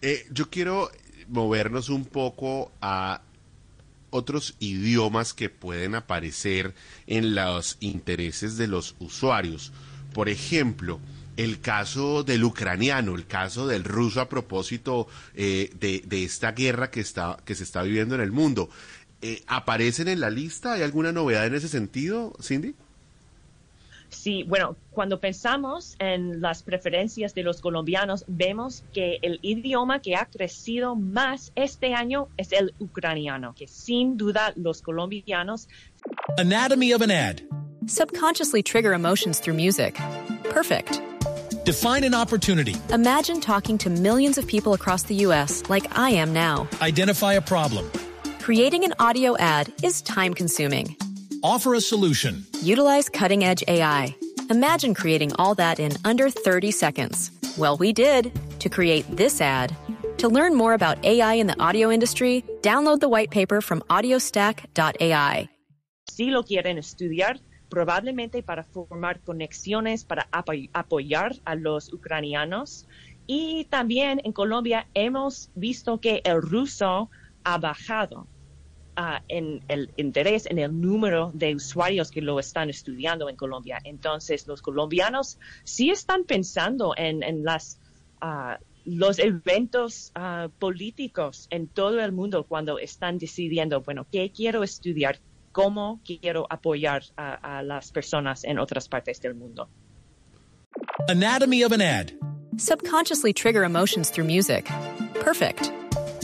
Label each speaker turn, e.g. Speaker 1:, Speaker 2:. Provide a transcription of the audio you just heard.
Speaker 1: Eh, yo quiero movernos un poco a otros idiomas que pueden aparecer en los intereses de los usuarios. Por ejemplo, el caso del ucraniano, el caso del ruso a propósito eh, de, de, esta guerra que, está, que se está viviendo en el mundo. Eh, ¿Aparecen en la lista? ¿Hay alguna novedad en ese sentido, Cindy?
Speaker 2: Sí, bueno, cuando pensamos en las preferencias de los colombianos, vemos que el idioma que ha crecido más este año es el ucraniano, que sin duda los colombianos.
Speaker 3: Anatomy of an ad.
Speaker 4: Subconsciously trigger emotions through music. Perfect.
Speaker 3: Define an opportunity.
Speaker 4: Imagine talking to millions of people across the U.S. like I am now.
Speaker 3: Identify a problem.
Speaker 4: Creating an audio ad is time consuming
Speaker 3: offer a solution.
Speaker 4: Utilize cutting edge AI. Imagine creating all that in under 30 seconds. Well, we did to create this ad. To learn more about AI in the audio industry, download the white paper from audiostack.ai.
Speaker 2: Si lo quieren estudiar, probablemente para formar conexiones, para apoyar a los ucranianos. Y también en Colombia hemos visto que el ruso ha bajado. Uh, en el interés, en el número de usuarios que lo están estudiando en Colombia. Entonces, los colombianos sí están pensando en, en las, uh, los eventos uh, políticos en todo el mundo cuando están decidiendo, bueno, ¿qué quiero estudiar? ¿Cómo quiero apoyar a, a las personas en otras partes del mundo?
Speaker 3: Anatomy of an ad.
Speaker 4: Subconsciously trigger emotions through music. Perfect.